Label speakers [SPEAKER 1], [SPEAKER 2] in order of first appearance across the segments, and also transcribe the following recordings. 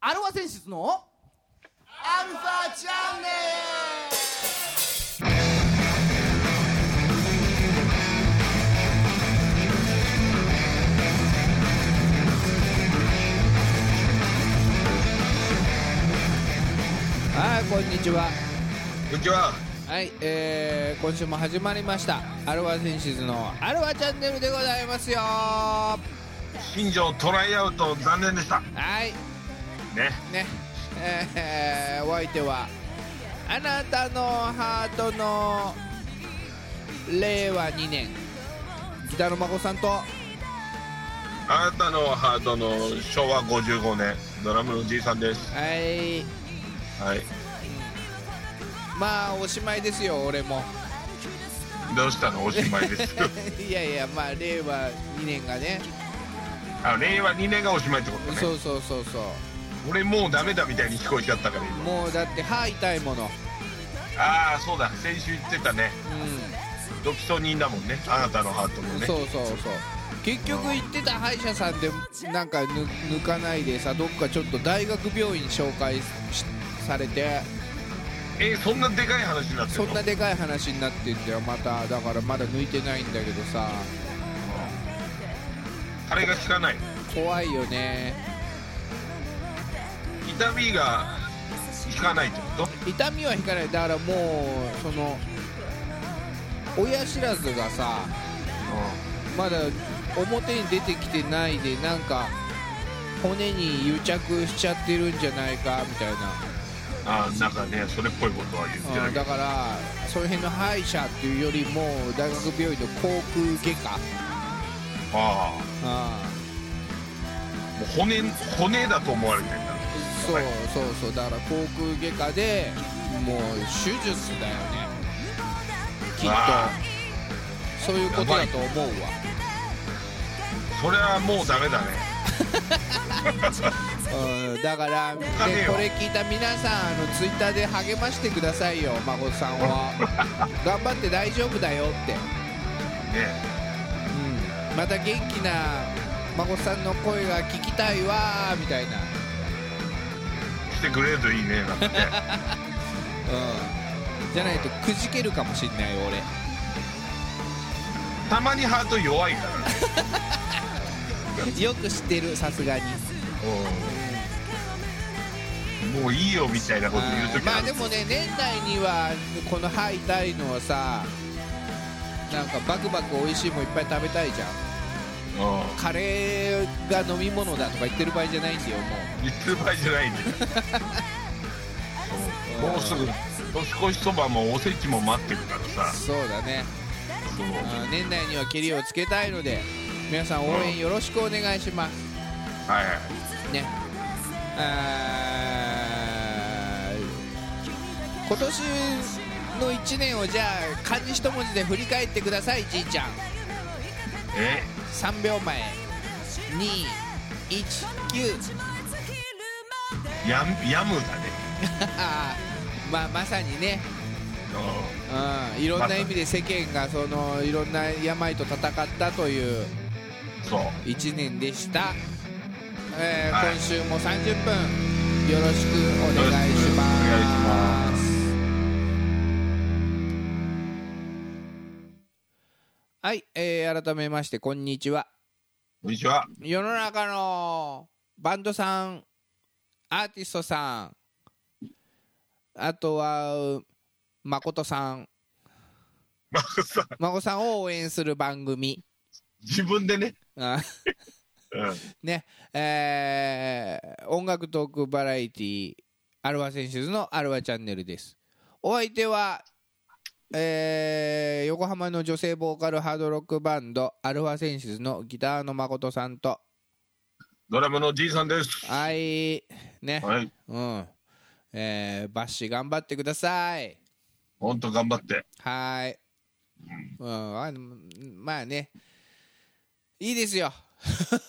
[SPEAKER 1] アルファ選出のアルファチャンネ
[SPEAKER 2] はいこんにちは
[SPEAKER 3] こんにちは。
[SPEAKER 2] はい、えー、今週も始まりましたアルファセンシズのアルファチャンネルでございますよは
[SPEAKER 3] 新庄トライアウト残念でした。
[SPEAKER 2] い
[SPEAKER 3] ね。
[SPEAKER 2] ねえー、お相手はあなたのハートの令和2年ギターの孫さんと
[SPEAKER 3] あなたのハートの昭和55年ドラムのじいさんです。
[SPEAKER 2] はい
[SPEAKER 3] はい。
[SPEAKER 2] まあおしまいですよ俺も
[SPEAKER 3] どうしたのおしまいです。
[SPEAKER 2] いやいやまあ令和2年がね
[SPEAKER 3] あ、令和2年がおしまいってことね。
[SPEAKER 2] そうそうそうそう
[SPEAKER 3] 俺もうダメだみたいに聞こえちゃったから今。
[SPEAKER 2] もうだって歯痛いもの
[SPEAKER 3] ああ、そうだ。先週言ってたね。
[SPEAKER 2] うん
[SPEAKER 3] ドキソニンだもんね。あなたのハートのね。
[SPEAKER 2] そうそうそう結局行ってた歯医者さんでなんか抜抜かないでさどっかちょっと大学病院紹介しされて
[SPEAKER 3] えーそんなでかい話になって
[SPEAKER 2] そ
[SPEAKER 3] るの
[SPEAKER 2] んなでかい話になってんだよまただからまだ抜いてないんだけどさ
[SPEAKER 3] あれが効かない。
[SPEAKER 2] 怖いよね
[SPEAKER 3] 痛みが効かないってこと
[SPEAKER 2] 痛みは引かないだからもうその親知らずがさまだ表に出てきてないでなんか骨に癒着しちゃってるんじゃないかみたいな
[SPEAKER 3] あーなんかね、それっぽいことは言って
[SPEAKER 2] う
[SPEAKER 3] ない
[SPEAKER 2] ん
[SPEAKER 3] け
[SPEAKER 2] だ
[SPEAKER 3] ど。
[SPEAKER 2] からその辺の歯医者っていうよりも大学病院の航空外科
[SPEAKER 3] ああ。
[SPEAKER 2] あ
[SPEAKER 3] もう骨骨だと思われてんだ
[SPEAKER 2] そうそうそうだから航空外科でもう手術だよねきっ
[SPEAKER 3] あ
[SPEAKER 2] とそういうことだと思うわ
[SPEAKER 3] それはもうダメだね
[SPEAKER 2] うんだからで
[SPEAKER 3] かねえよ
[SPEAKER 2] これ聞いた皆さんあのツイッターで励ましてくださいよ孫さん は頑張って大丈夫だよって、
[SPEAKER 3] ね
[SPEAKER 2] うん、また元気な孫さんの声が聞きたいわーみたいな
[SPEAKER 3] してくれるといいね なんてね
[SPEAKER 2] うんじゃないとくじけるかもしんない俺
[SPEAKER 3] たまにハート弱いからね
[SPEAKER 2] よく知ってるさすがに
[SPEAKER 3] うんもういいよみたいなこと言うとき
[SPEAKER 2] ま
[SPEAKER 3] あ
[SPEAKER 2] あ
[SPEAKER 3] る
[SPEAKER 2] でもね年内にはこの歯痛いのはさなんかバクバク美味しいもんいっぱい食べたいじゃん
[SPEAKER 3] う
[SPEAKER 2] カレーが飲み物だとか言ってる場合じゃないんだよも
[SPEAKER 3] ん言ってる場合じゃないんだよそうもうすぐ年越しそばもおせちも待ってるから
[SPEAKER 2] う
[SPEAKER 3] さ
[SPEAKER 2] そうだね
[SPEAKER 3] そう
[SPEAKER 2] うん年内にはケリをつけたいので皆さん応援よろしくお願いします
[SPEAKER 3] はいはい
[SPEAKER 2] ねあー今年の1年をじゃあ漢字一文字で振り返ってくださいじいちゃん
[SPEAKER 3] え
[SPEAKER 2] 3秒前219
[SPEAKER 3] やむやむだね
[SPEAKER 2] まあまさにね、
[SPEAKER 3] う
[SPEAKER 2] うん、いろんな意味で世間がそのいろんな病と戦ったというん
[SPEAKER 3] そう
[SPEAKER 2] 1年でした、えー
[SPEAKER 3] はい
[SPEAKER 2] 今週も30分よろしくお願いし
[SPEAKER 3] よろしくお願
[SPEAKER 2] ま
[SPEAKER 3] いします
[SPEAKER 2] はい、えー改めましてこんにちは
[SPEAKER 3] こんにちは
[SPEAKER 2] 世の中のバンドさんアーティストさんあとは誠さん
[SPEAKER 3] まあさ
[SPEAKER 2] 孫さんを応援する番組
[SPEAKER 3] 自分でね、
[SPEAKER 2] あ
[SPEAKER 3] うん、
[SPEAKER 2] ねえー音楽トークバラエティアルファ選手のアルファチャンネルですお相手は、えー横浜の女性ボーカルハードロックバンドアルファ選手のギターの誠さんと
[SPEAKER 3] ドラムのじいさんです
[SPEAKER 2] はいね
[SPEAKER 3] はい
[SPEAKER 2] うんえーバッシー頑張ってください
[SPEAKER 3] ほんと頑張って
[SPEAKER 2] はーい、うん、あのまあねいいですよ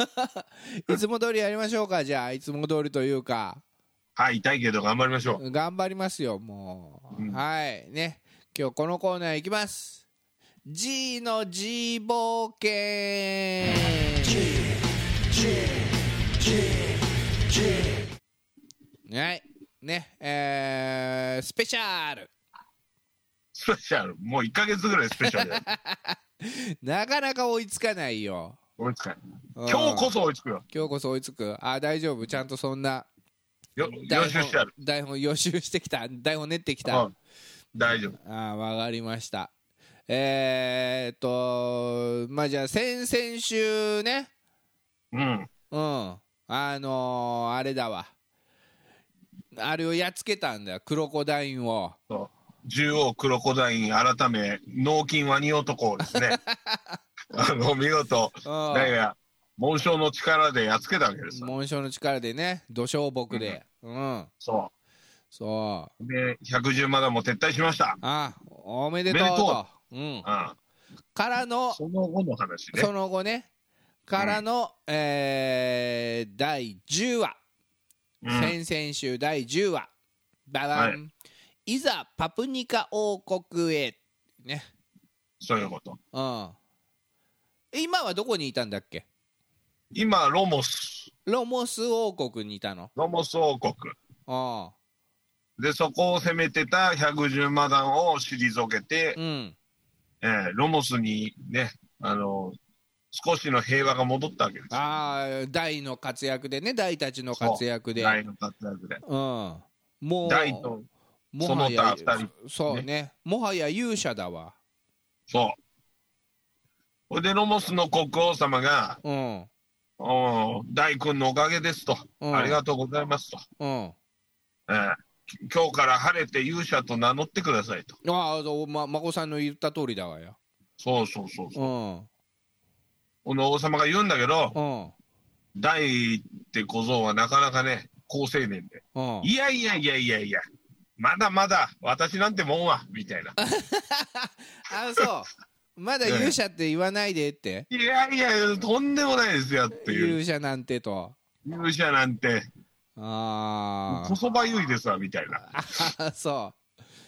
[SPEAKER 2] いつも通りやりましょうかじゃあいつも通りというか
[SPEAKER 3] はい痛いけど頑張りましょう
[SPEAKER 2] 頑張りますよもう、
[SPEAKER 3] うん
[SPEAKER 2] はいね今日このコーナーいきます G の G 冒険はいねえースペシャル
[SPEAKER 3] スペシャル。もう1ヶ月ぐらいスペシャ ルや。
[SPEAKER 2] なかなか追いつかないよ
[SPEAKER 3] 追いつかない
[SPEAKER 2] うん
[SPEAKER 3] 今日こそ追いつくよ。
[SPEAKER 2] 今日こそ追いつくあ大丈夫ちゃんとそんな
[SPEAKER 3] よ、
[SPEAKER 2] 台
[SPEAKER 3] 予
[SPEAKER 2] 本
[SPEAKER 3] 習してある。
[SPEAKER 2] 台本予習してきた台本練ってき
[SPEAKER 3] う
[SPEAKER 2] た、
[SPEAKER 3] ん。大丈夫。
[SPEAKER 2] ああわかりましたえー、っとまあじゃあ先々週ね
[SPEAKER 3] うん。
[SPEAKER 2] うんあのーあれだわあれをやっつけたんだよクロコダインを
[SPEAKER 3] そう。中央クロコダイン改め、脳筋ワニ男で すね。あの、見事、
[SPEAKER 2] うん
[SPEAKER 3] 何や、紋章の力でやっつけたわけですよ。
[SPEAKER 2] 紋章の力でね土小木でうん、
[SPEAKER 3] そ
[SPEAKER 2] そう
[SPEAKER 3] う。で、110まだも撤退しました。
[SPEAKER 2] あおめでとう
[SPEAKER 3] おめで
[SPEAKER 2] と
[SPEAKER 3] と
[SPEAKER 2] うん
[SPEAKER 3] うん。
[SPEAKER 2] からの
[SPEAKER 3] その後の話ね
[SPEAKER 2] そ。の後ねからの、えー第10話
[SPEAKER 3] うん。
[SPEAKER 2] 先々週第10話「ババン、、
[SPEAKER 3] はい
[SPEAKER 2] ざパプニカ王国へ」ね
[SPEAKER 3] そういうこと。
[SPEAKER 2] うん今はどこにいたんだっけ
[SPEAKER 3] 今、ロモス。
[SPEAKER 2] ロモス王国にいたの
[SPEAKER 3] ロモス王国。
[SPEAKER 2] う
[SPEAKER 3] で、そこを攻めてた110マダンを退けて、
[SPEAKER 2] んうん
[SPEAKER 3] えーロモスにね、あの、少しの平和が戻ったわけですよ。
[SPEAKER 2] ああ大の活躍でね大たちの活躍で
[SPEAKER 3] 大の活躍で。
[SPEAKER 2] うんもう
[SPEAKER 3] 大と、
[SPEAKER 2] もはや
[SPEAKER 3] その他二
[SPEAKER 2] そうねもはや勇者だわ
[SPEAKER 3] そう。それで、ロモスの国王様が、
[SPEAKER 2] うん
[SPEAKER 3] おー大君のおかげですと、
[SPEAKER 2] うん
[SPEAKER 3] ありがとうございますと、
[SPEAKER 2] うん
[SPEAKER 3] えーき今日から晴れて勇者と名乗ってくださいと。
[SPEAKER 2] ああそうま孫さんの言った通りだわよ
[SPEAKER 3] そうそうそうそうう。
[SPEAKER 2] ん
[SPEAKER 3] この王様が言うんだけど、
[SPEAKER 2] うん
[SPEAKER 3] 大って小僧はなかなかね、好青年で。
[SPEAKER 2] うん
[SPEAKER 3] いやいやいやいやいや、まだまだ私なんてもんは、みたいな。
[SPEAKER 2] あそうまだ勇者って言わないでって
[SPEAKER 3] いやいや、とんでもないですよっていう。
[SPEAKER 2] 勇者なんてと
[SPEAKER 3] 勇者なんて、
[SPEAKER 2] あ
[SPEAKER 3] こそばゆいですわ、みたいな。
[SPEAKER 2] ーあそ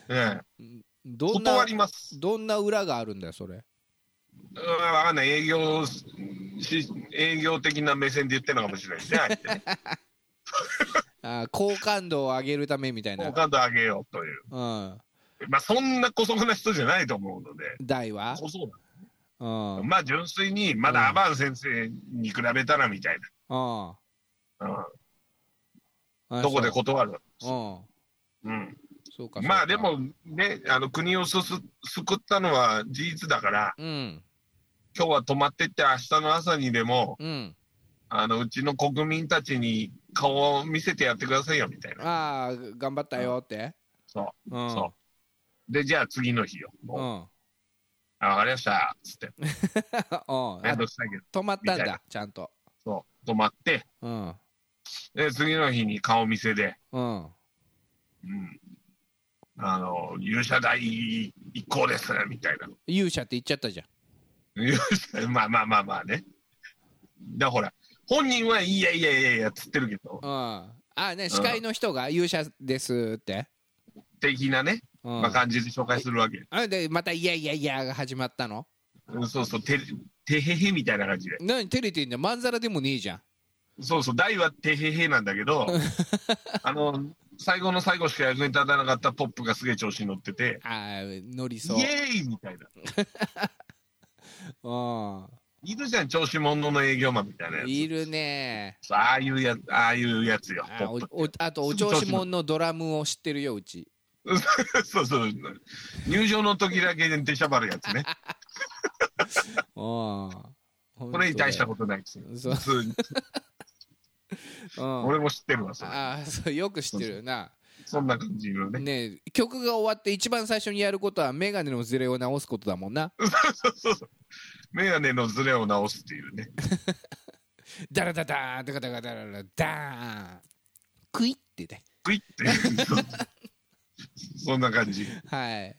[SPEAKER 3] ええ
[SPEAKER 2] うどんな
[SPEAKER 3] 断ります。
[SPEAKER 2] どんな裏があるんだよそれ
[SPEAKER 3] うん、わかんない。営業し、営業的な目線で言ってるのかもしれない ですね相手ね。
[SPEAKER 2] あー好感度を上げるためみたいな
[SPEAKER 3] 好感度上げようという。
[SPEAKER 2] うん
[SPEAKER 3] まあ、そんな姑息な人じゃないと思うので。
[SPEAKER 2] 大は
[SPEAKER 3] こそ
[SPEAKER 2] うんうん
[SPEAKER 3] まあ、純粋に、まだアバン先生に比べたら、みたい
[SPEAKER 2] あ
[SPEAKER 3] な。うん。
[SPEAKER 2] そう
[SPEAKER 3] どこで断る
[SPEAKER 2] うん
[SPEAKER 3] うん、
[SPEAKER 2] そうか
[SPEAKER 3] ま
[SPEAKER 2] そうか
[SPEAKER 3] あでもね、あの国をすす救ったのは事実だから、
[SPEAKER 2] うん
[SPEAKER 3] 今日は泊まってって、明日の朝にでも、
[SPEAKER 2] うん
[SPEAKER 3] あのうちの国民たちに顔を見せてやってくださいよみたいな、
[SPEAKER 2] ああ頑張ったよって
[SPEAKER 3] そ
[SPEAKER 2] うん
[SPEAKER 3] う、そう。で、じゃあ次の日よ、もう
[SPEAKER 2] う、ん
[SPEAKER 3] あ、分かりましたっつって、
[SPEAKER 2] うん
[SPEAKER 3] め
[SPEAKER 2] あ
[SPEAKER 3] んどくさいけど、
[SPEAKER 2] 止まったん
[SPEAKER 3] みたい
[SPEAKER 2] だちゃんと
[SPEAKER 3] そう、泊まって、
[SPEAKER 2] うん
[SPEAKER 3] で次の日に顔見せで、
[SPEAKER 2] うん
[SPEAKER 3] うん、あの勇者大一行ですみたいな。
[SPEAKER 2] 勇者って言っちゃったじゃん
[SPEAKER 3] よしまあまあまあまあね。だからほら、本人はいやいやいやいやっつってるけど、
[SPEAKER 2] うんあね司会の人が勇者ですって
[SPEAKER 3] 的なね、
[SPEAKER 2] うん
[SPEAKER 3] まあ、感じで紹介するわけ。
[SPEAKER 2] あでまた「いやいやいや」が始まったの
[SPEAKER 3] うんそうそう、て、てへへみたいな感じで。
[SPEAKER 2] 何照れてんだよまんざらでもねえじゃん
[SPEAKER 3] そうそう、大はてへへなんだ けど、あの、最後の最後しか役に立たなかったポップがすげえ調子に乗ってて、
[SPEAKER 2] あー乗り
[SPEAKER 3] イ
[SPEAKER 2] そう
[SPEAKER 3] エーイみたいな。
[SPEAKER 2] う
[SPEAKER 3] いるじゃん、調子者の営業マンみたいなや
[SPEAKER 2] ん
[SPEAKER 3] つ。
[SPEAKER 2] いるね
[SPEAKER 3] そうああいうやつ、ああいうやつよ、
[SPEAKER 2] あ
[SPEAKER 3] ポ
[SPEAKER 2] お
[SPEAKER 3] ップ。
[SPEAKER 2] お あとお調子者のドラムを知ってるようち
[SPEAKER 3] そうそう。入場の時だけ出しゃばるやつね。
[SPEAKER 2] うんこ
[SPEAKER 3] これに大したことないですよ。
[SPEAKER 2] そう
[SPEAKER 3] 普通に
[SPEAKER 2] うん
[SPEAKER 3] 俺も知ってるわ、それ。
[SPEAKER 2] あーそうよく知ってるよな
[SPEAKER 3] そんな感じのね。
[SPEAKER 2] ねえ曲が終わって一番最初にやることはメガネのズレを直すことだもんな
[SPEAKER 3] そうそうそう。メガネのズレを直すっていうね。
[SPEAKER 2] ダラダダーンダカダカダラダラダーンクイってね
[SPEAKER 3] グイっていう。そんな感じ。
[SPEAKER 2] はい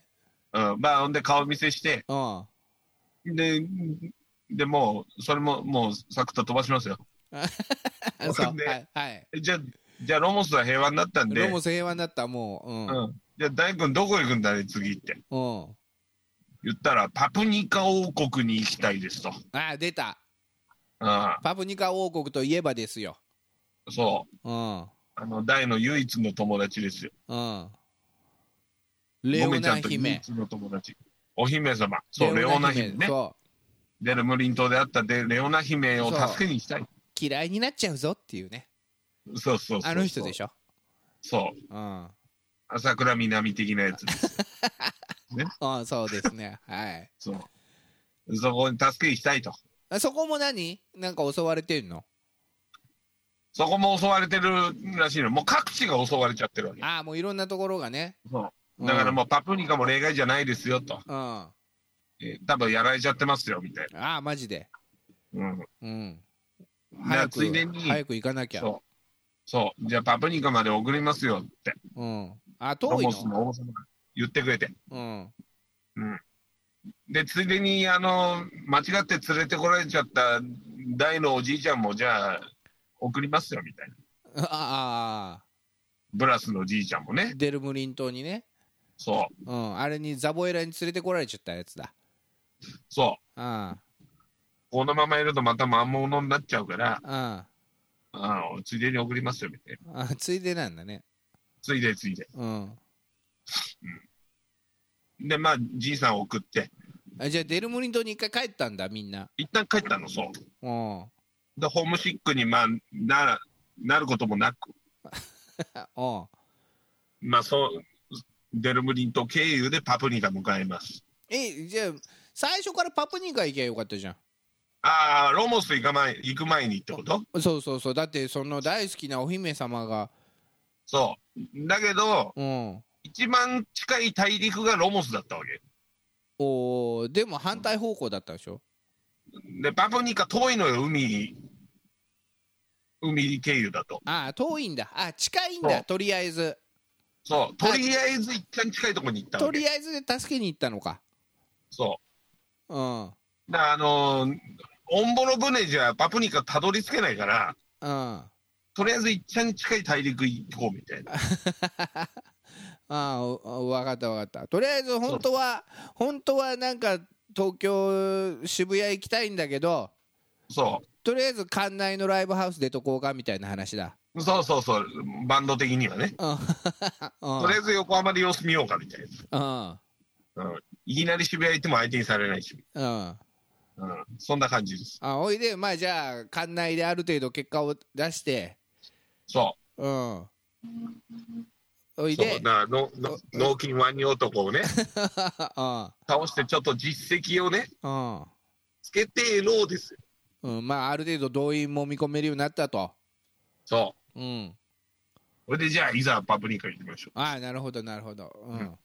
[SPEAKER 3] うん。まあ、ほんで顔見せして、
[SPEAKER 2] うん
[SPEAKER 3] で、でもう、それももうサクッと飛ばしますよ。
[SPEAKER 2] あそう
[SPEAKER 3] ね
[SPEAKER 2] はい、はい、
[SPEAKER 3] じゃあ、じゃあロモスは平和になったんで、
[SPEAKER 2] ロモス平和になったもう
[SPEAKER 3] うん。じゃあ、大君どこ行くんだね、次って。
[SPEAKER 2] うん、うん、
[SPEAKER 3] 言ったら、パプニカ王国に行きたいですと。
[SPEAKER 2] あ出た
[SPEAKER 3] うん。
[SPEAKER 2] パプニカ王国といえばですよ
[SPEAKER 3] そ
[SPEAKER 2] うん
[SPEAKER 3] う。あの、大の唯一の友達ですよ。
[SPEAKER 2] うん。レオ
[SPEAKER 3] もめちゃ
[SPEAKER 2] ナ
[SPEAKER 3] んと唯
[SPEAKER 2] 姫
[SPEAKER 3] 一。の友達。お姫様。そう、レオナ姫ね。
[SPEAKER 2] そ
[SPEAKER 3] デルムリン島であったでレオナ姫を助けにしたい。
[SPEAKER 2] う。嫌いになっちゃうぞっていうね。
[SPEAKER 3] そうそうそう
[SPEAKER 2] あの人で
[SPEAKER 3] ょ。
[SPEAKER 2] しょ。
[SPEAKER 3] そう。
[SPEAKER 2] うん。あ
[SPEAKER 3] 朝倉南的なやつです。
[SPEAKER 2] あそうです ね。はい。
[SPEAKER 3] そう。そこに助けにしたいと。
[SPEAKER 2] あそこも何なんか襲われてんの
[SPEAKER 3] そこも襲われてるらしいの。もう各地が襲われちゃってるわけ。
[SPEAKER 2] ああ、もういろんなところがね。
[SPEAKER 3] そう。だからもうパプニカも例外じゃないですよと。
[SPEAKER 2] うん。あ
[SPEAKER 3] えー多分やられちゃってますよ、みたい
[SPEAKER 2] あ、マジで。
[SPEAKER 3] な。うん。
[SPEAKER 2] うん。
[SPEAKER 3] だから
[SPEAKER 2] 早く、
[SPEAKER 3] ついでに、
[SPEAKER 2] 早く行かなきゃ。
[SPEAKER 3] そう。そう。じゃあパプニカまで送りますよって。
[SPEAKER 2] うん。あ、
[SPEAKER 3] ロ
[SPEAKER 2] 遠い
[SPEAKER 3] モス
[SPEAKER 2] の
[SPEAKER 3] の王様が言ってくれて。
[SPEAKER 2] うん。
[SPEAKER 3] で、ついでに、あの、間違って連れてこられちゃった大のおじいちゃんも、じゃあ、送りますよ、みたいな。
[SPEAKER 2] ああ、
[SPEAKER 3] ブラスのじいちゃんもね。
[SPEAKER 2] デルムリン島にね。
[SPEAKER 3] そ
[SPEAKER 2] うん。あれにザボエラに連れてこられちゃったやつだ。
[SPEAKER 3] う。そう。
[SPEAKER 2] うん。
[SPEAKER 3] このままいるとまた魔物になっちゃうから、
[SPEAKER 2] うん。あ
[SPEAKER 3] あのついでに送りますよ、みたいな。
[SPEAKER 2] ついでなんだね。
[SPEAKER 3] ついで、ついで。
[SPEAKER 2] うん。
[SPEAKER 3] で、まあ、じいさんを送って、
[SPEAKER 2] あじゃあ、デルムリン島に一回帰ったんだ、みんな。
[SPEAKER 3] 一旦帰ったの、そう。
[SPEAKER 2] うん。うん。
[SPEAKER 3] で、ホームシックに、まあ、なら、なることもなく、まあ、そう、デルムリンと経由でパプニカ向かいます。
[SPEAKER 2] え、じゃあ、最初からパプニカ行きゃよかったじゃ
[SPEAKER 3] ああ、ロモス行か前、行く前にってこと
[SPEAKER 2] ん。そうそうそう。だって、その大好きなお姫様が、
[SPEAKER 3] そう。だけど、
[SPEAKER 2] うん。
[SPEAKER 3] 一番近い大陸がロモスだったわけ。
[SPEAKER 2] おーでも反対方向だったでしょ。
[SPEAKER 3] で、パプニカ遠いのよ、海、海経由だと。
[SPEAKER 2] ああ、遠いんだ。あ近いん
[SPEAKER 3] そ
[SPEAKER 2] だ、
[SPEAKER 3] う
[SPEAKER 2] とりあえず。
[SPEAKER 3] そう、とりあえず一旦近いところに行ったわ
[SPEAKER 2] と
[SPEAKER 3] け。
[SPEAKER 2] りあえずで助けに行ったのか。
[SPEAKER 3] そ
[SPEAKER 2] うん。うん。
[SPEAKER 3] う。だからあのーオンボロ船じゃパプニカたどり着けないから、
[SPEAKER 2] あ
[SPEAKER 3] とりあえず一番近い大陸行こうみたいな。
[SPEAKER 2] あ、おおわかったわかった。とりあえず、本当は、本当はなんか、東京、渋谷行きたいんだけど、
[SPEAKER 3] そ
[SPEAKER 2] とりあえず館内のライブハウス出とこうかみたいな話だ。
[SPEAKER 3] う。そうそうそう、バンド的にはね。
[SPEAKER 2] うん。うん
[SPEAKER 3] とりあえず横浜で様子見ようかみたい
[SPEAKER 2] うん。
[SPEAKER 3] な。うん、いきなり渋谷行っても相手にされないし、
[SPEAKER 2] うん。
[SPEAKER 3] うん、そんな感じです。
[SPEAKER 2] あ、おいで、まあじゃあ、館内である程度結果を出して、
[SPEAKER 3] そ
[SPEAKER 2] うん。お
[SPEAKER 3] う。
[SPEAKER 2] い
[SPEAKER 3] そう
[SPEAKER 2] で、
[SPEAKER 3] だからのの脳筋ワニ男をね、
[SPEAKER 2] うん。
[SPEAKER 3] 倒してちょっと実績をね、
[SPEAKER 2] うん。
[SPEAKER 3] つけてのですよ。
[SPEAKER 2] うん、まあ、ある程度動員も見込めるようになったと。
[SPEAKER 3] そ
[SPEAKER 2] うん。
[SPEAKER 3] う。それでじゃあ、いざパプニカ行きましょ
[SPEAKER 2] ああ、なるほど、なるほど。う。
[SPEAKER 3] うんう。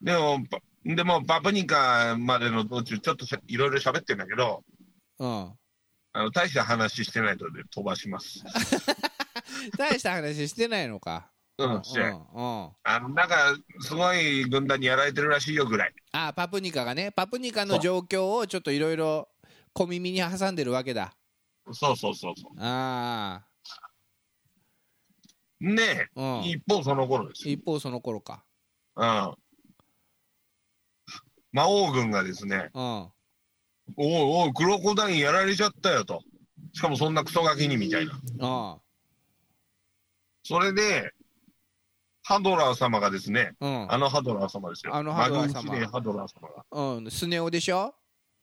[SPEAKER 3] でも、パでもパプニカまでの道中、ちょっとしゃいろいろ喋ってんだけど、
[SPEAKER 2] うん。
[SPEAKER 3] あの大した話してないので飛ばします。
[SPEAKER 2] 大した話してないのか。
[SPEAKER 3] うん、し
[SPEAKER 2] うん。う
[SPEAKER 3] て。
[SPEAKER 2] ん。あ
[SPEAKER 3] あの、なんか、すごい軍団にやられてるらしいよぐらい。
[SPEAKER 2] あ、パプニカがね、パプニカの状況をちょっといろいろ小耳に挟んでるわけだ。
[SPEAKER 3] そうそうそうそ
[SPEAKER 2] あ
[SPEAKER 3] う。ね
[SPEAKER 2] あ。う
[SPEAKER 3] え、
[SPEAKER 2] ん。
[SPEAKER 3] 一方その頃ですよ。
[SPEAKER 2] 一方その頃か。
[SPEAKER 3] うん。魔王軍がですね、
[SPEAKER 2] うん。
[SPEAKER 3] おいおい、クロコダインやられちゃったよと。しかもそんなクソガキにみたいな。
[SPEAKER 2] うん。
[SPEAKER 3] それで、ハドラー様がですね、
[SPEAKER 2] うん
[SPEAKER 3] あ。のハドラー様ですよ。
[SPEAKER 2] あのハドラー様
[SPEAKER 3] マグウチでハドラー様が。
[SPEAKER 2] うん。スネ夫でしょ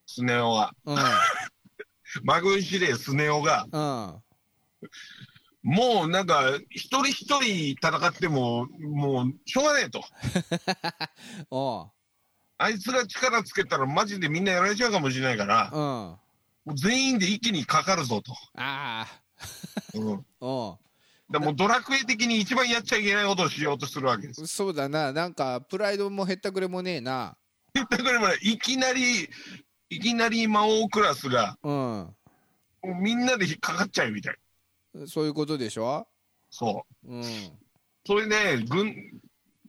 [SPEAKER 3] スネ夫が。
[SPEAKER 2] うん。
[SPEAKER 3] マグウチでスネ夫が、
[SPEAKER 2] うん。
[SPEAKER 3] もうなんか、一人一人戦っても、もう、しょうがねえと。
[SPEAKER 2] おう。
[SPEAKER 3] あいつが力つけたらマジでみんなやられちゃうかもしれないから、
[SPEAKER 2] うん。あ
[SPEAKER 3] もう全員で一気にかかるぞ
[SPEAKER 2] あ。
[SPEAKER 3] と。うん。
[SPEAKER 2] お
[SPEAKER 3] でもうドラクエ的に一番やっちゃいけないことをしようとするわけです。
[SPEAKER 2] う。そうだな。なんか、プライドもへったくれもねえな。
[SPEAKER 3] だからまあいきなり、いきなり魔王クラスが、
[SPEAKER 2] うん。
[SPEAKER 3] もうみんなで引っかかっちゃうみたい。
[SPEAKER 2] そういうことでしょ
[SPEAKER 3] そう。
[SPEAKER 2] うん。
[SPEAKER 3] それで、軍、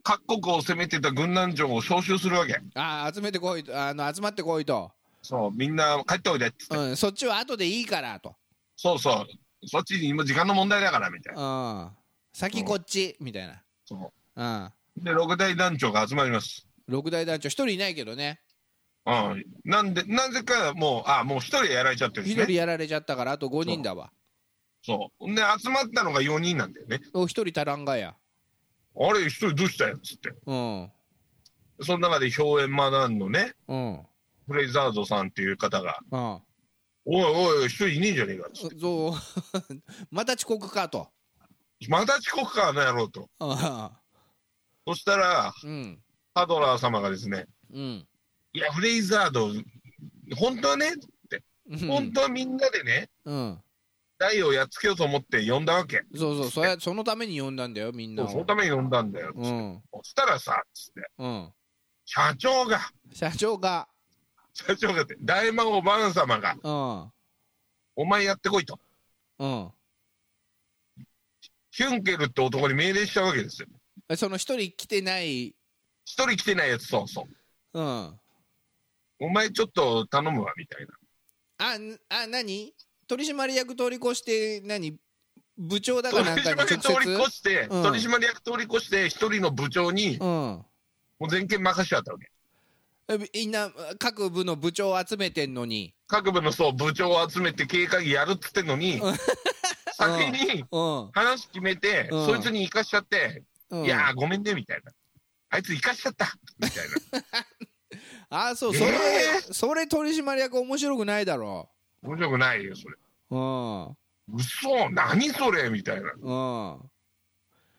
[SPEAKER 3] 各国を攻めてた軍団長を招集するわけ。
[SPEAKER 2] ああ、集めてこいと、あの、集まってこいと。
[SPEAKER 3] そう、みんな帰っておいでっつって。
[SPEAKER 2] うん。そっちは後でいいからと。
[SPEAKER 3] そうそう。そっちにも時間の問題だから、みたいうな。
[SPEAKER 2] ん。先こっち、みたい
[SPEAKER 3] そ
[SPEAKER 2] な。
[SPEAKER 3] う。で、六大団長が集まります。
[SPEAKER 2] うん。六大団長、一人いないけどね。
[SPEAKER 3] うん。なんで、なぜかもう、あ、もう一人やられちゃってるん
[SPEAKER 2] 一
[SPEAKER 3] です
[SPEAKER 2] 人
[SPEAKER 3] ね。
[SPEAKER 2] やられちゃったから、あと五人だわ。
[SPEAKER 3] そう。ほんで、集まったのが4人なんだよね。
[SPEAKER 2] お一人足らんがや
[SPEAKER 3] あれ、一人どうしたよっつって。
[SPEAKER 2] うん
[SPEAKER 3] その中で、表演マダンのね、
[SPEAKER 2] うん
[SPEAKER 3] フレイザードさんっていう方が、
[SPEAKER 2] あ
[SPEAKER 3] おいおい、一人いねえじゃねえかっつっ
[SPEAKER 2] あそう また遅刻かと
[SPEAKER 3] て。また遅刻か、あの野郎と。
[SPEAKER 2] ああ
[SPEAKER 3] そしたら、
[SPEAKER 2] うん
[SPEAKER 3] ハドラー様がですね、
[SPEAKER 2] うん
[SPEAKER 3] いや、フレイザード、本当はね、
[SPEAKER 2] うん
[SPEAKER 3] 本当はみんなでね、
[SPEAKER 2] うん
[SPEAKER 3] ダイをやっつけようと思って呼んだわけ。
[SPEAKER 2] そうそうそれそのために呼んだんだよみんなを
[SPEAKER 3] そうそのために呼んだんだよ。
[SPEAKER 2] うん
[SPEAKER 3] そしたらさ、つって、
[SPEAKER 2] うん
[SPEAKER 3] 社長が、
[SPEAKER 2] 社長が
[SPEAKER 3] 社長がって、大魔王バーン様が、
[SPEAKER 2] うん
[SPEAKER 3] お前やってこいと。
[SPEAKER 2] うん
[SPEAKER 3] ヒュンケルって男に命令したわけですよ。
[SPEAKER 2] その一人来てない
[SPEAKER 3] 一人来てないやつ、そうそ
[SPEAKER 2] う
[SPEAKER 3] う。
[SPEAKER 2] んあ
[SPEAKER 3] お前ちょっと頼むわ、みたいな。
[SPEAKER 2] んあ何取締役通り越して何部長だかなんかに直
[SPEAKER 3] 取
[SPEAKER 2] 接
[SPEAKER 3] 締役通り越して、
[SPEAKER 2] うん
[SPEAKER 3] 取締役通り越して、一人の部長に、
[SPEAKER 2] うん
[SPEAKER 3] もう全権任しちゃったわけ。
[SPEAKER 2] えみんな各部の部長を集めてんのに
[SPEAKER 3] 各部のそう、部長を集めて経営会議やるっつってんのに、先に
[SPEAKER 2] うん
[SPEAKER 3] 話決めて、
[SPEAKER 2] うん
[SPEAKER 3] そいつに生かしちゃって、
[SPEAKER 2] うん
[SPEAKER 3] いやー、ごめんね、みたいな。あいつ生かしちゃった、みたいな。
[SPEAKER 2] あそうそれ、
[SPEAKER 3] え
[SPEAKER 2] それ取締役面白くないだろ
[SPEAKER 3] 面白くないよ、それ。
[SPEAKER 2] うん
[SPEAKER 3] 嘘何それみたいな。
[SPEAKER 2] うん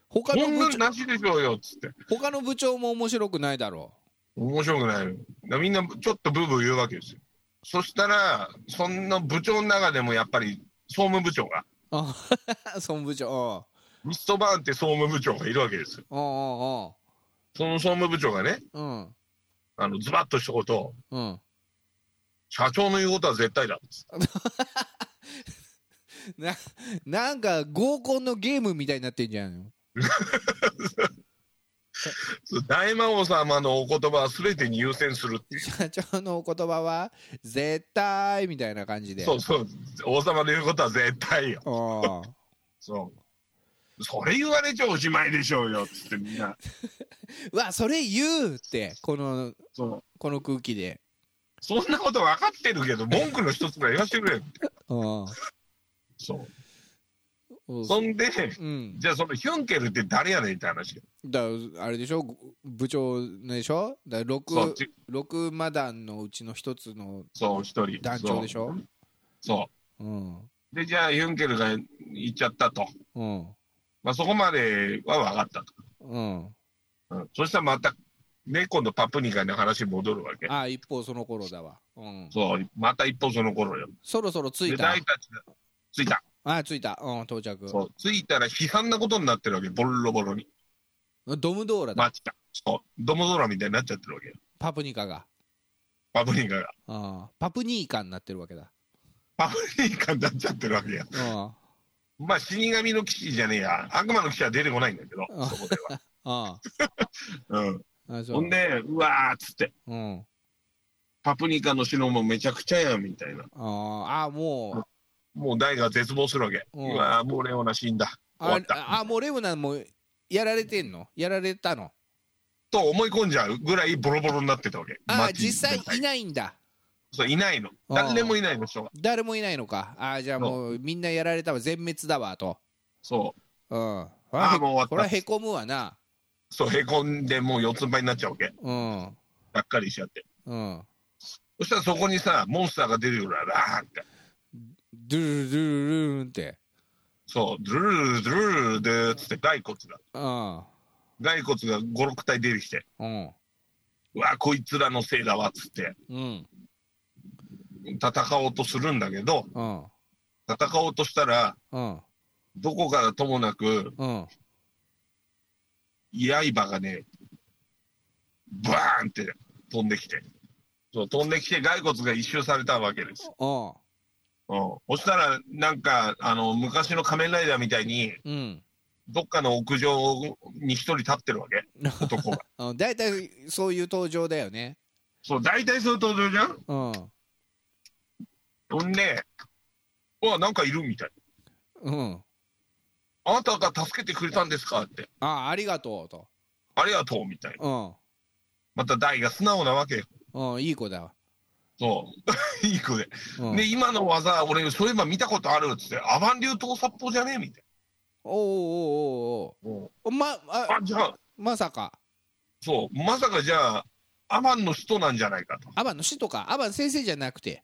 [SPEAKER 2] 他
[SPEAKER 3] こ
[SPEAKER 2] の
[SPEAKER 3] ん
[SPEAKER 2] 部
[SPEAKER 3] なん
[SPEAKER 2] 長
[SPEAKER 3] なしでしょうよ、っつって。
[SPEAKER 2] 他の部長も面白くないだろ
[SPEAKER 3] 面白くないよ。だからみんなちょっとブーブー言うわけですよ。そしたら、そんな部長の中でもやっぱり、総務部長が、
[SPEAKER 2] あ総務部長
[SPEAKER 3] ミストバーンって総務部長がいるわけですよ。
[SPEAKER 2] うんうん
[SPEAKER 3] その総務部長がね、
[SPEAKER 2] うんうん
[SPEAKER 3] あの、ズバッとしたことを、
[SPEAKER 2] うん
[SPEAKER 3] 社長の言うことは絶対だっつって。
[SPEAKER 2] ななんか合コンのゲームみたいになってんじゃんよ
[SPEAKER 3] そう大魔王様のお言葉は全てに優先するっていう。
[SPEAKER 2] 社長のお言葉は絶対みたいな感じで
[SPEAKER 3] そうそう。王様の言うことは絶対よ。
[SPEAKER 2] ああ
[SPEAKER 3] そう。それ言われちゃおしまいでしょうよ、っつってみんな。
[SPEAKER 2] うわそれ言うってこの
[SPEAKER 3] そう。
[SPEAKER 2] この空気で
[SPEAKER 3] そんなこと分かってるけど、文句の一つぐらい言わせてくれよ。
[SPEAKER 2] うん
[SPEAKER 3] そう。
[SPEAKER 2] うん
[SPEAKER 3] そんで、
[SPEAKER 2] うん
[SPEAKER 3] じゃあそのヒュンケルって誰やねんって話。
[SPEAKER 2] だあれでしょ部長でしょだ
[SPEAKER 3] そう、
[SPEAKER 2] 六
[SPEAKER 3] ち
[SPEAKER 2] 六マダンのうちの一つの
[SPEAKER 3] そう、一人。
[SPEAKER 2] 団長でしょ
[SPEAKER 3] そう。そ
[SPEAKER 2] うん
[SPEAKER 3] う。で、じゃあヒュンケルが行っちゃったと。
[SPEAKER 2] うん
[SPEAKER 3] まあそこまでは分かったと。
[SPEAKER 2] うん
[SPEAKER 3] うん。そしたらまた、ね、今度パプニカの話戻るわけ。
[SPEAKER 2] あ一方その頃だわうん
[SPEAKER 3] そう、また一歩その頃よ。
[SPEAKER 2] そろそろ着い
[SPEAKER 3] で、
[SPEAKER 2] た
[SPEAKER 3] 大たちが、着いた。
[SPEAKER 2] あ着いたうん到着
[SPEAKER 3] そう。着いたら批判なことになってるわけ。ボロボロに。
[SPEAKER 2] ドムドーラだ
[SPEAKER 3] 街が。そう。ドモドラみたいになっちゃってるわけよ。
[SPEAKER 2] パプニカが
[SPEAKER 3] パプニカが。
[SPEAKER 2] うんパプニーカになってるわけだ
[SPEAKER 3] パプニカになっちゃってるわけよ。
[SPEAKER 2] うん
[SPEAKER 3] まあ、死神の騎士じゃねえや、悪魔の騎士は出てこないんだけど、
[SPEAKER 2] あ
[SPEAKER 3] そこでは。
[SPEAKER 2] あ
[SPEAKER 3] うん、
[SPEAKER 2] あそ
[SPEAKER 3] ほ
[SPEAKER 2] うん
[SPEAKER 3] で、うわーっつって、
[SPEAKER 2] うん
[SPEAKER 3] パプニカの首脳もめちゃくちゃやんみたいな、
[SPEAKER 2] ああもう
[SPEAKER 3] もう大が絶望するわけ、
[SPEAKER 2] うん
[SPEAKER 3] うわー、もうレオナ死んだ、終わ
[SPEAKER 2] あ
[SPEAKER 3] った
[SPEAKER 2] あもうレオナもうやられてんのやられたの
[SPEAKER 3] と思い込んじゃうぐらいボロボロになってたわけ、
[SPEAKER 2] ああ
[SPEAKER 3] 街
[SPEAKER 2] 実際
[SPEAKER 3] 全体
[SPEAKER 2] いないんだ
[SPEAKER 3] そういないの、
[SPEAKER 2] あー
[SPEAKER 3] 誰もいないの人が、
[SPEAKER 2] 誰もいないのかああじゃあもうみんなやられたわ全滅だわと
[SPEAKER 3] そう、
[SPEAKER 2] うんあ
[SPEAKER 3] ああもう終
[SPEAKER 2] これ
[SPEAKER 3] わ
[SPEAKER 2] は
[SPEAKER 3] った
[SPEAKER 2] へこむわな
[SPEAKER 3] そう、へこんで、もう四つん這いになっちゃうわけ、
[SPEAKER 2] うん
[SPEAKER 3] がっかりしちゃって、
[SPEAKER 2] うん
[SPEAKER 3] そしたらそこにさ、モンスターが出てくるから、あーって、
[SPEAKER 2] ドゥルルルルルンって
[SPEAKER 3] そう、ドゥルルルドゥルルルドゥーっつって、骸骨が、
[SPEAKER 2] うん
[SPEAKER 3] 骸骨が5、6体出てきて。
[SPEAKER 2] うん
[SPEAKER 3] うわこいつらのせいだわっつって
[SPEAKER 2] うん
[SPEAKER 3] 戦おうとするんだけど
[SPEAKER 2] うん
[SPEAKER 3] 戦おうとしたら
[SPEAKER 2] うん
[SPEAKER 3] どこからともなく
[SPEAKER 2] うん
[SPEAKER 3] 刃がねバーンって飛んできてそう飛んできて骸骨が一周されたわけです、
[SPEAKER 2] うん
[SPEAKER 3] うん、そしたらなんかあの昔の仮面ライダーみたいに
[SPEAKER 2] うん
[SPEAKER 3] どっかの屋上に一人立ってるわけ男が
[SPEAKER 2] あ大体そういう登場だよね
[SPEAKER 3] そう大体そういう登場じゃん
[SPEAKER 2] うん
[SPEAKER 3] ほんでうわなんかいるみたい
[SPEAKER 2] うん
[SPEAKER 3] あなたが助けてくれたんですかって
[SPEAKER 2] ああありがとうと
[SPEAKER 3] ありがとうみたいな
[SPEAKER 2] う
[SPEAKER 3] また大が素直なわけよ
[SPEAKER 2] んうんいい子だわ
[SPEAKER 3] そう。 いい子で。
[SPEAKER 2] うん
[SPEAKER 3] で、今の技、俺、そういえば見たことあるっつって、アバン流刀殺法じゃねえみたい
[SPEAKER 2] おおうおうおう
[SPEAKER 3] な。う
[SPEAKER 2] おう
[SPEAKER 3] ん
[SPEAKER 2] まあ
[SPEAKER 3] あ、じゃあ、
[SPEAKER 2] まさか
[SPEAKER 3] そう、まさかじゃあ、アバンの人なんじゃないかと。
[SPEAKER 2] アバンの死とかアバン先生じゃなくて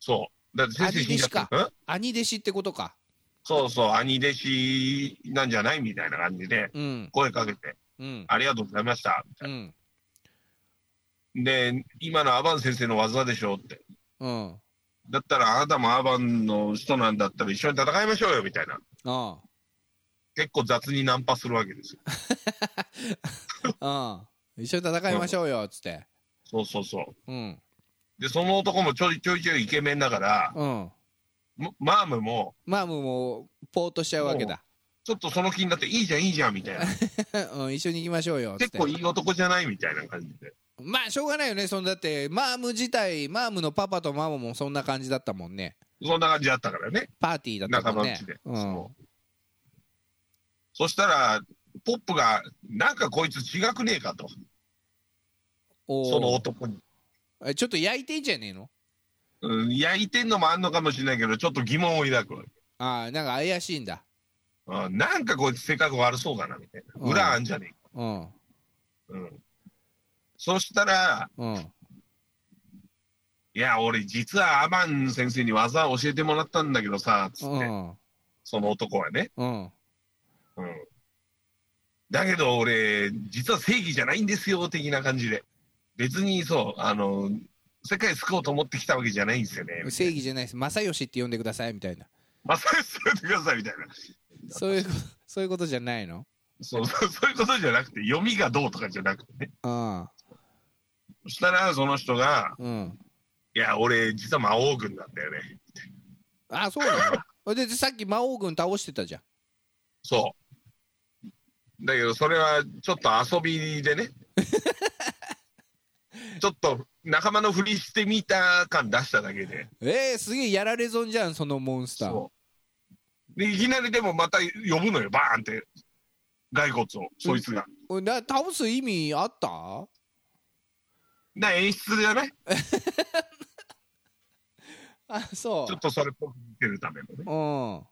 [SPEAKER 3] そう。だって先生死んじゃった。
[SPEAKER 2] 兄弟
[SPEAKER 3] うん
[SPEAKER 2] 兄弟子ってことか
[SPEAKER 3] そうそう、兄弟子なんじゃないみたいな感じで、
[SPEAKER 2] うん
[SPEAKER 3] 声かけて、
[SPEAKER 2] うん
[SPEAKER 3] ありがとうございました。みた
[SPEAKER 2] う
[SPEAKER 3] い
[SPEAKER 2] ん
[SPEAKER 3] なで、今のアバン先生の技でしょって。
[SPEAKER 2] うんあ
[SPEAKER 3] だったら、あなたもアバンの人なんだったら一緒に戦いましょうよ、みたいな。
[SPEAKER 2] あ
[SPEAKER 3] 結構雑にナンパするわけですよ。
[SPEAKER 2] ああ一緒に戦いましょうよっつって
[SPEAKER 3] そうそうそ
[SPEAKER 2] うん
[SPEAKER 3] う。で、その男もちょいちょいちょいイケメンだから、
[SPEAKER 2] うん
[SPEAKER 3] もマームも、
[SPEAKER 2] マームもポーっとしちゃうわけだ、
[SPEAKER 3] ちょっとその気になって、いいじゃん、いいじゃん、み たいな。
[SPEAKER 2] うん、一緒に行きましょうよっつっ
[SPEAKER 3] 結
[SPEAKER 2] て
[SPEAKER 3] 構いい男じゃないみたいな感じで。
[SPEAKER 2] まあしょうがないよねそのだってマーム自体マームのパパとママもそんな感じだったもんね
[SPEAKER 3] そんな感じだったからね、
[SPEAKER 2] パーティーだった
[SPEAKER 3] 仲
[SPEAKER 2] も
[SPEAKER 3] 間
[SPEAKER 2] ん
[SPEAKER 3] 内
[SPEAKER 2] ね
[SPEAKER 3] で。
[SPEAKER 2] うん
[SPEAKER 3] そうそしたら、ポップが、なんかこいつ違くねえかと、
[SPEAKER 2] お
[SPEAKER 3] その
[SPEAKER 2] ー
[SPEAKER 3] 男に。
[SPEAKER 2] えちょっと焼いてんじゃねえの
[SPEAKER 3] うん、焼いてんのもあんのかもしれないけど、ちょっと疑問を抱くわけ。
[SPEAKER 2] ああなんか怪しいんだ
[SPEAKER 3] うん、なんかこいつ性格悪そうだな、みたいな。
[SPEAKER 2] うん
[SPEAKER 3] 裏あんじゃねえか。
[SPEAKER 2] うん
[SPEAKER 3] うん。そしたら、
[SPEAKER 2] うん
[SPEAKER 3] いや、俺実はアバン先生に技を教えてもらったんだけどさ、つ
[SPEAKER 2] う
[SPEAKER 3] って、
[SPEAKER 2] ん
[SPEAKER 3] その男はね。
[SPEAKER 2] うん
[SPEAKER 3] うんだけど俺、実は正義じゃないんですよ、的な感じで。別にそう、あの、世界救おうと思ってきたわけじゃないんですよね。
[SPEAKER 2] 正義じゃないです正義って呼んでくださいみたいな
[SPEAKER 3] まさにそう言ってください、みたいな。
[SPEAKER 2] そういうことそういうことじゃないの
[SPEAKER 3] そう、そう そういうことじゃなくて、読みがどうとかじゃなくてね。
[SPEAKER 2] うん
[SPEAKER 3] そしたら、その人が、
[SPEAKER 2] うん
[SPEAKER 3] いや、俺、実は魔王軍なんだよね。
[SPEAKER 2] あそうなのででさっき魔王軍倒してたじゃん
[SPEAKER 3] そう。だけど、それはちょっと遊びで ね。ちょっと仲間のふりしてみた感出しただけで。
[SPEAKER 2] えー、すげえやられ損じゃんそのモンスター
[SPEAKER 3] そうでいきなりでもまた呼ぶのよバーンって骸骨をそいつが、
[SPEAKER 2] おいな倒す意味あった
[SPEAKER 3] な演出じゃない
[SPEAKER 2] あそ
[SPEAKER 3] ちょっとそれっぽく見せるためのね
[SPEAKER 2] ううん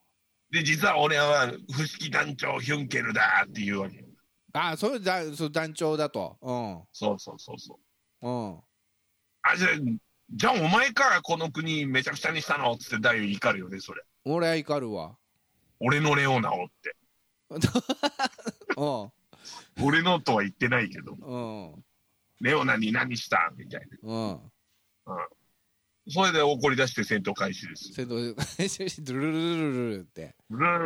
[SPEAKER 3] で実は俺は不思議団長ヒュンケルだっていうわけ
[SPEAKER 2] あそれだそう団長だとう
[SPEAKER 3] そうそうそうそう
[SPEAKER 2] う
[SPEAKER 3] ん
[SPEAKER 2] ん
[SPEAKER 3] あじゃあじゃあお前からこの国めちゃくちゃにしたのっつって大イ怒るよねそれ
[SPEAKER 2] 俺は怒るわ
[SPEAKER 3] 俺のレオナをって
[SPEAKER 2] うん
[SPEAKER 3] 俺のとは言ってないけど
[SPEAKER 2] うん
[SPEAKER 3] レオナに何したみたいな
[SPEAKER 2] うん
[SPEAKER 3] それで怒り出して戦闘開始です
[SPEAKER 2] 先導 ドゥルルルルルルって
[SPEAKER 3] ルル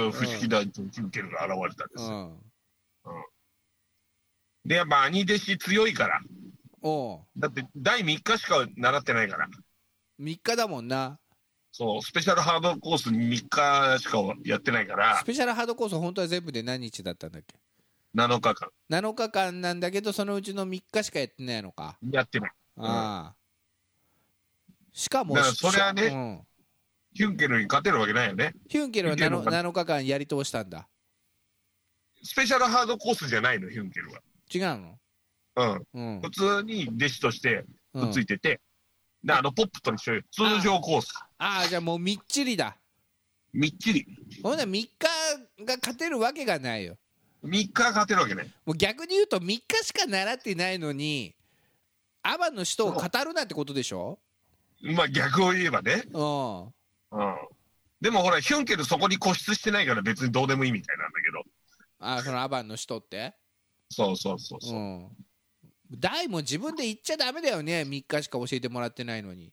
[SPEAKER 3] ルル不思議団長ヒュンケルが現れたんで
[SPEAKER 2] う
[SPEAKER 3] すよ
[SPEAKER 2] ん
[SPEAKER 3] で、やっぱ兄弟子強いから。
[SPEAKER 2] おう
[SPEAKER 3] だって、第3日しか習ってないから。
[SPEAKER 2] 3日だもんな
[SPEAKER 3] そう、スペシャルハードコース3日しかやってないか
[SPEAKER 2] ス
[SPEAKER 3] ら、
[SPEAKER 2] ペシャルハードコース本当は全部で何日だったんだっけ
[SPEAKER 3] 7日間
[SPEAKER 2] 7日間なんだけどそのうちの3日しかやってないのか、
[SPEAKER 3] やってない。
[SPEAKER 2] ああしかも
[SPEAKER 3] だからそれはね
[SPEAKER 2] うん
[SPEAKER 3] ヒュンケルに勝てるわけないよね。
[SPEAKER 2] ヒュンケルは 7,
[SPEAKER 3] ヒュンケルの
[SPEAKER 2] 7日間やり通したんだ
[SPEAKER 3] スペシャルハードコースじゃないの、ヒュンケル
[SPEAKER 2] 違うの
[SPEAKER 3] は。うん。
[SPEAKER 2] うん
[SPEAKER 3] 普通に弟子として
[SPEAKER 2] う
[SPEAKER 3] つい
[SPEAKER 2] ん、
[SPEAKER 3] てて、であの、ポップと一緒よ。通常コース。
[SPEAKER 2] ああじゃあもうみっちりだ
[SPEAKER 3] みっちり。
[SPEAKER 2] ほんなら3日が勝てるわけがないよ
[SPEAKER 3] 3日勝てるわけない。
[SPEAKER 2] もう逆に言うと3日しか習ってないのにアバンの人を語るなんてことでしょ
[SPEAKER 3] まあ逆を言えばね。
[SPEAKER 2] うん
[SPEAKER 3] うん。でもほら、ヒュンケルそこに固執してないから別にどうでもいいみたいなんだけど。
[SPEAKER 2] あーそのアバンの人って
[SPEAKER 3] そうそうそうそうう。
[SPEAKER 2] ん大も自分で言っちゃダメだよね3日しか教えてもらってないのに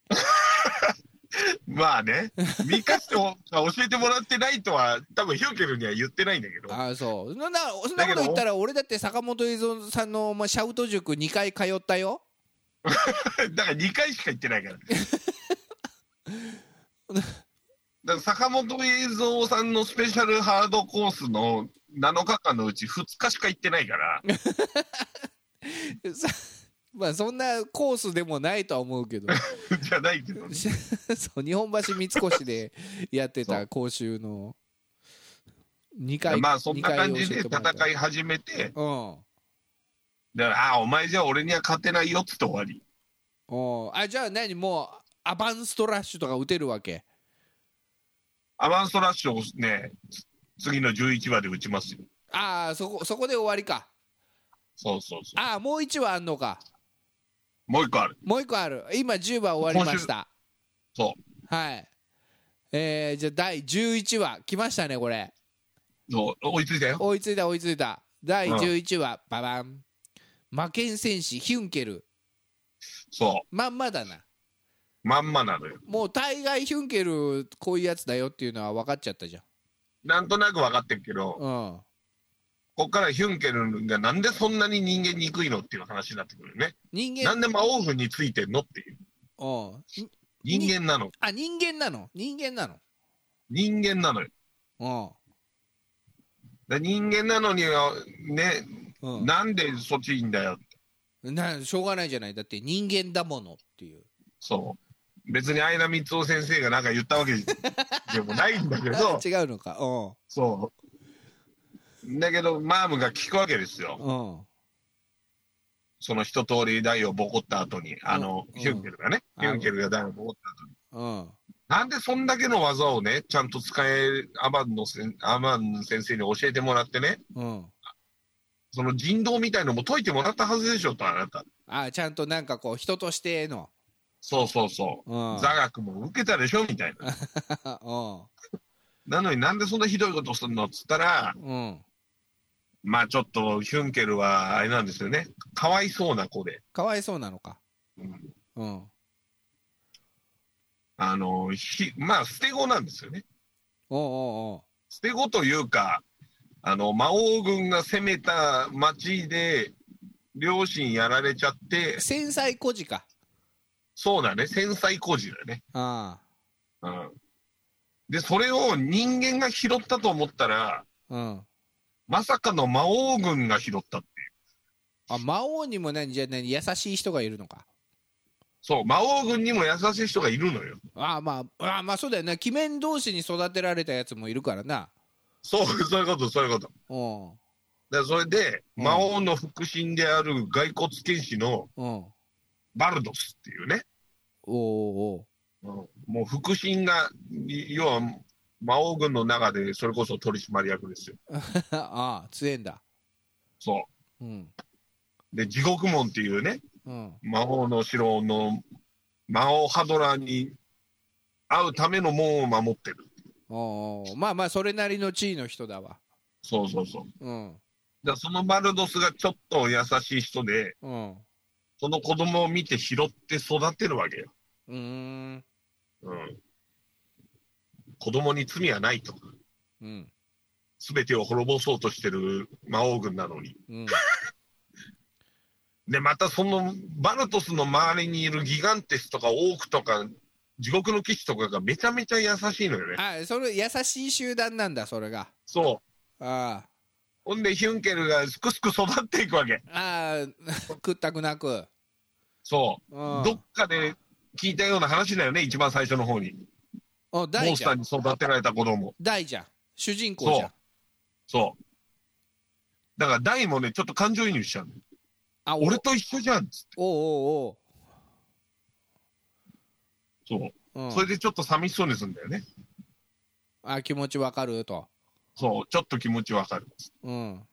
[SPEAKER 3] まあね、見かしても教えてもらってないとは、多分ヒョンケルには言ってないんだけど、
[SPEAKER 2] ああそうそんなそんなこと言ったら俺だって坂本伊蔵さんの、まあ、シャウト塾2回通ったよ
[SPEAKER 3] だから2回しか言ってないから。だから坂本映像さんのスペシャルハードコースの7日間のうち2日しか行ってな いから、
[SPEAKER 2] さ まあそんなコースでもないとは思う けど
[SPEAKER 3] じゃないけどね、
[SPEAKER 2] そう日本橋三越でやってた講習の2回
[SPEAKER 3] まあそんな感じで
[SPEAKER 2] 二回教えてもらった
[SPEAKER 3] 戦い始めて、
[SPEAKER 2] うん
[SPEAKER 3] だから、ああ、お前じゃ俺には勝てないよっつって終わり。
[SPEAKER 2] おーあじゃあ何もうアバンストラッシュとか打てるわけ
[SPEAKER 3] アバンストラッシュをね、つ次の11話で打ちますよ。
[SPEAKER 2] ああそこそこで終わりか
[SPEAKER 3] そうそうそう。
[SPEAKER 2] ああもう1話あんのか
[SPEAKER 3] もう一個ある。
[SPEAKER 2] もう1個ある今10話終わりました
[SPEAKER 3] そう。
[SPEAKER 2] はいえー、じゃあ第11話来ましたねこれ
[SPEAKER 3] そう追いついたよ。
[SPEAKER 2] 追いついた追いついた第
[SPEAKER 3] うん
[SPEAKER 2] 11話、ババン魔剣戦士ヒュンケル
[SPEAKER 3] そ
[SPEAKER 2] まんまだな
[SPEAKER 3] う。まんまなのよ。
[SPEAKER 2] もう大概ヒュンケルこういうやつだよっていうのは分かっちゃったじゃん
[SPEAKER 3] なんとなく分かってるけど、
[SPEAKER 2] うん
[SPEAKER 3] こっからヒュンケルンがなんでそんなに人間にくいのっていう話になってくるよね。
[SPEAKER 2] 人
[SPEAKER 3] な
[SPEAKER 2] 間
[SPEAKER 3] んで魔王軍についてんのっていう。
[SPEAKER 2] うん
[SPEAKER 3] 人間なの。
[SPEAKER 2] あ人間なの人間なの
[SPEAKER 3] 人間なのよ。で人間なのには、ね、
[SPEAKER 2] うん、うん、
[SPEAKER 3] なんでそっちいいんだよ。
[SPEAKER 2] なしょうがないじゃないだって人間だものっていう
[SPEAKER 3] そう。別に相田光夫先生がなんか言ったわけでもないんだけど、
[SPEAKER 2] 違うのかう
[SPEAKER 3] そう。だけど、マームが聞くわけですよ。
[SPEAKER 2] んうん
[SPEAKER 3] その一通り台をボコった後に、あの、
[SPEAKER 2] うん
[SPEAKER 3] ヒュンケルがね、
[SPEAKER 2] うん
[SPEAKER 3] ヒュンケルが台をボコった後に。
[SPEAKER 2] うん
[SPEAKER 3] なんでそんだけの技をね、ちゃんと使え、アマンのせん、アマン先生に教えてもらってね、
[SPEAKER 2] うん
[SPEAKER 3] その人道みたいのも解いてもらったはずでしょと、あなた。
[SPEAKER 2] あちゃんとなんかこう人としての
[SPEAKER 3] そうそうそうう。
[SPEAKER 2] ん
[SPEAKER 3] 座学も受けたでしょみたいな。なのになんでそんなひどいことすんのっつったら、
[SPEAKER 2] うんうん
[SPEAKER 3] まあちょっとヒュンケルはあれなんですよね。かわいそうな子で。
[SPEAKER 2] かわいそうなのか
[SPEAKER 3] うん
[SPEAKER 2] うん
[SPEAKER 3] あの、ひ、まあ捨て子なんですよね。
[SPEAKER 2] おうおうおう
[SPEAKER 3] 捨て子というか、あの魔王軍が攻めた町で、両親やられちゃって、
[SPEAKER 2] 繊細孤児か
[SPEAKER 3] そうだね、戦災工事だね。
[SPEAKER 2] あ
[SPEAKER 3] うん。で、それを人間が拾ったと思ったら、
[SPEAKER 2] あうん
[SPEAKER 3] まさかの魔王軍が拾ったっていう。
[SPEAKER 2] あ魔王にも何じゃあ何優しい人がいるのか
[SPEAKER 3] そう、魔王軍にも優しい人がいるのよ。
[SPEAKER 2] ああまあああまあそうだよね鬼面同士に育てられたやつもいるからな
[SPEAKER 3] そう、そういうこと、そういうこと。
[SPEAKER 2] うん
[SPEAKER 3] で、それで、
[SPEAKER 2] うん
[SPEAKER 3] 魔王の腹心である骸骨剣士の
[SPEAKER 2] うん
[SPEAKER 3] バルドスっていうね、
[SPEAKER 2] おお
[SPEAKER 3] もう腹心が、い要は魔王軍の中でそれこそ取締役ですよ。
[SPEAKER 2] う ああ強えんだ
[SPEAKER 3] そ
[SPEAKER 2] うん
[SPEAKER 3] う。で、地獄門っていうね、
[SPEAKER 2] うん
[SPEAKER 3] 魔王の城の魔王ハドラーに会うための門を守ってる。
[SPEAKER 2] おうおうまあまあそれなりの地位の人だわ
[SPEAKER 3] そうそうそう。
[SPEAKER 2] うん
[SPEAKER 3] だからそのバルドスがちょっと優しい人で、
[SPEAKER 2] うんう
[SPEAKER 3] その子供を見て拾って育てるわけよ。
[SPEAKER 2] ーん
[SPEAKER 3] うん。子供に罪はないと。
[SPEAKER 2] うん
[SPEAKER 3] すべてを滅ぼそうとしてる魔王軍なのに。
[SPEAKER 2] うん
[SPEAKER 3] で、またそのバルトスの周りにいるギガンテスとかオークとか、地獄の騎士とかがめちゃめちゃ優しいのよね。
[SPEAKER 2] あそれ優しい集団なんだそれが
[SPEAKER 3] そう。
[SPEAKER 2] あ
[SPEAKER 3] ほんで、ヒュンケルがすくすく育っていくわけ。
[SPEAKER 2] あああ 食ったくなく
[SPEAKER 3] そう。ど
[SPEAKER 2] う
[SPEAKER 3] っかで聞いたような話だよね、一番最初の方に。
[SPEAKER 2] んうん
[SPEAKER 3] モ
[SPEAKER 2] 大
[SPEAKER 3] ン
[SPEAKER 2] じ
[SPEAKER 3] ス
[SPEAKER 2] ゃ
[SPEAKER 3] タ
[SPEAKER 2] ん
[SPEAKER 3] ーに育てられた子供。
[SPEAKER 2] 大じゃん主人公じゃん
[SPEAKER 3] そうそう。だから、ダイもね、ちょっと感情移入しちゃうの
[SPEAKER 2] あお
[SPEAKER 3] 俺と一緒じゃんっつって。
[SPEAKER 2] おうおう
[SPEAKER 3] そう。
[SPEAKER 2] おう、うん
[SPEAKER 3] それでちょっと寂しそうにするんだよね。
[SPEAKER 2] あ気持ちわかると
[SPEAKER 3] そう。ちょっと気持ちわかる。
[SPEAKER 2] うん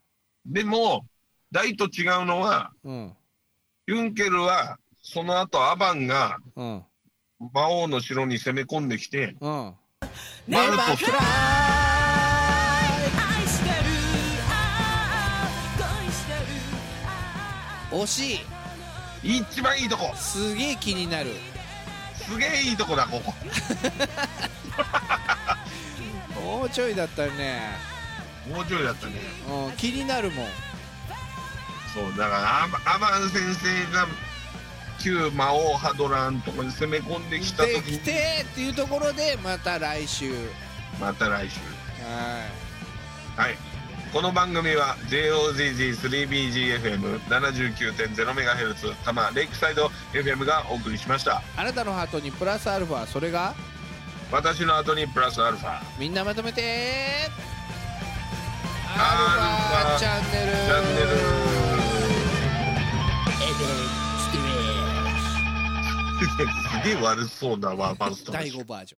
[SPEAKER 3] でも、ダイと違うのは、
[SPEAKER 2] うん
[SPEAKER 3] ユンケルは、その後アバンが
[SPEAKER 2] うん
[SPEAKER 3] 魔王の城に攻め込んできて、
[SPEAKER 2] うん
[SPEAKER 3] バルトスと
[SPEAKER 4] 愛してるああ恋してるあ
[SPEAKER 2] 惜しい
[SPEAKER 3] 一番いいとこ、
[SPEAKER 2] すげえ気になる
[SPEAKER 3] すげえいいとこだ、ここ。
[SPEAKER 2] もうちょいだったね、
[SPEAKER 3] もうちょいだったね。
[SPEAKER 2] うん、気になるもん
[SPEAKER 3] そう、だからアバアバン先生が、旧魔王ハドラーのとこに攻め込んできた時
[SPEAKER 2] で来
[SPEAKER 3] に、
[SPEAKER 2] てっていうところでまた来週
[SPEAKER 3] また来週。
[SPEAKER 2] は
[SPEAKER 3] はい。この番組は JOZZ3BGFM79.0MHz 多摩レイクサイド FM がお送りしました
[SPEAKER 2] い。あなたのハートにプラスアルファそれが
[SPEAKER 3] 私の後にプラスアルファ。
[SPEAKER 2] みんなまとめてア
[SPEAKER 3] ア
[SPEAKER 2] ルフ
[SPEAKER 3] ルフ
[SPEAKER 2] ァ
[SPEAKER 3] ァ
[SPEAKER 2] チャンネル
[SPEAKER 3] チャンネル。
[SPEAKER 4] あエベレストレー
[SPEAKER 5] すげえ悪そうなワーパンストーン
[SPEAKER 3] 第5バージョン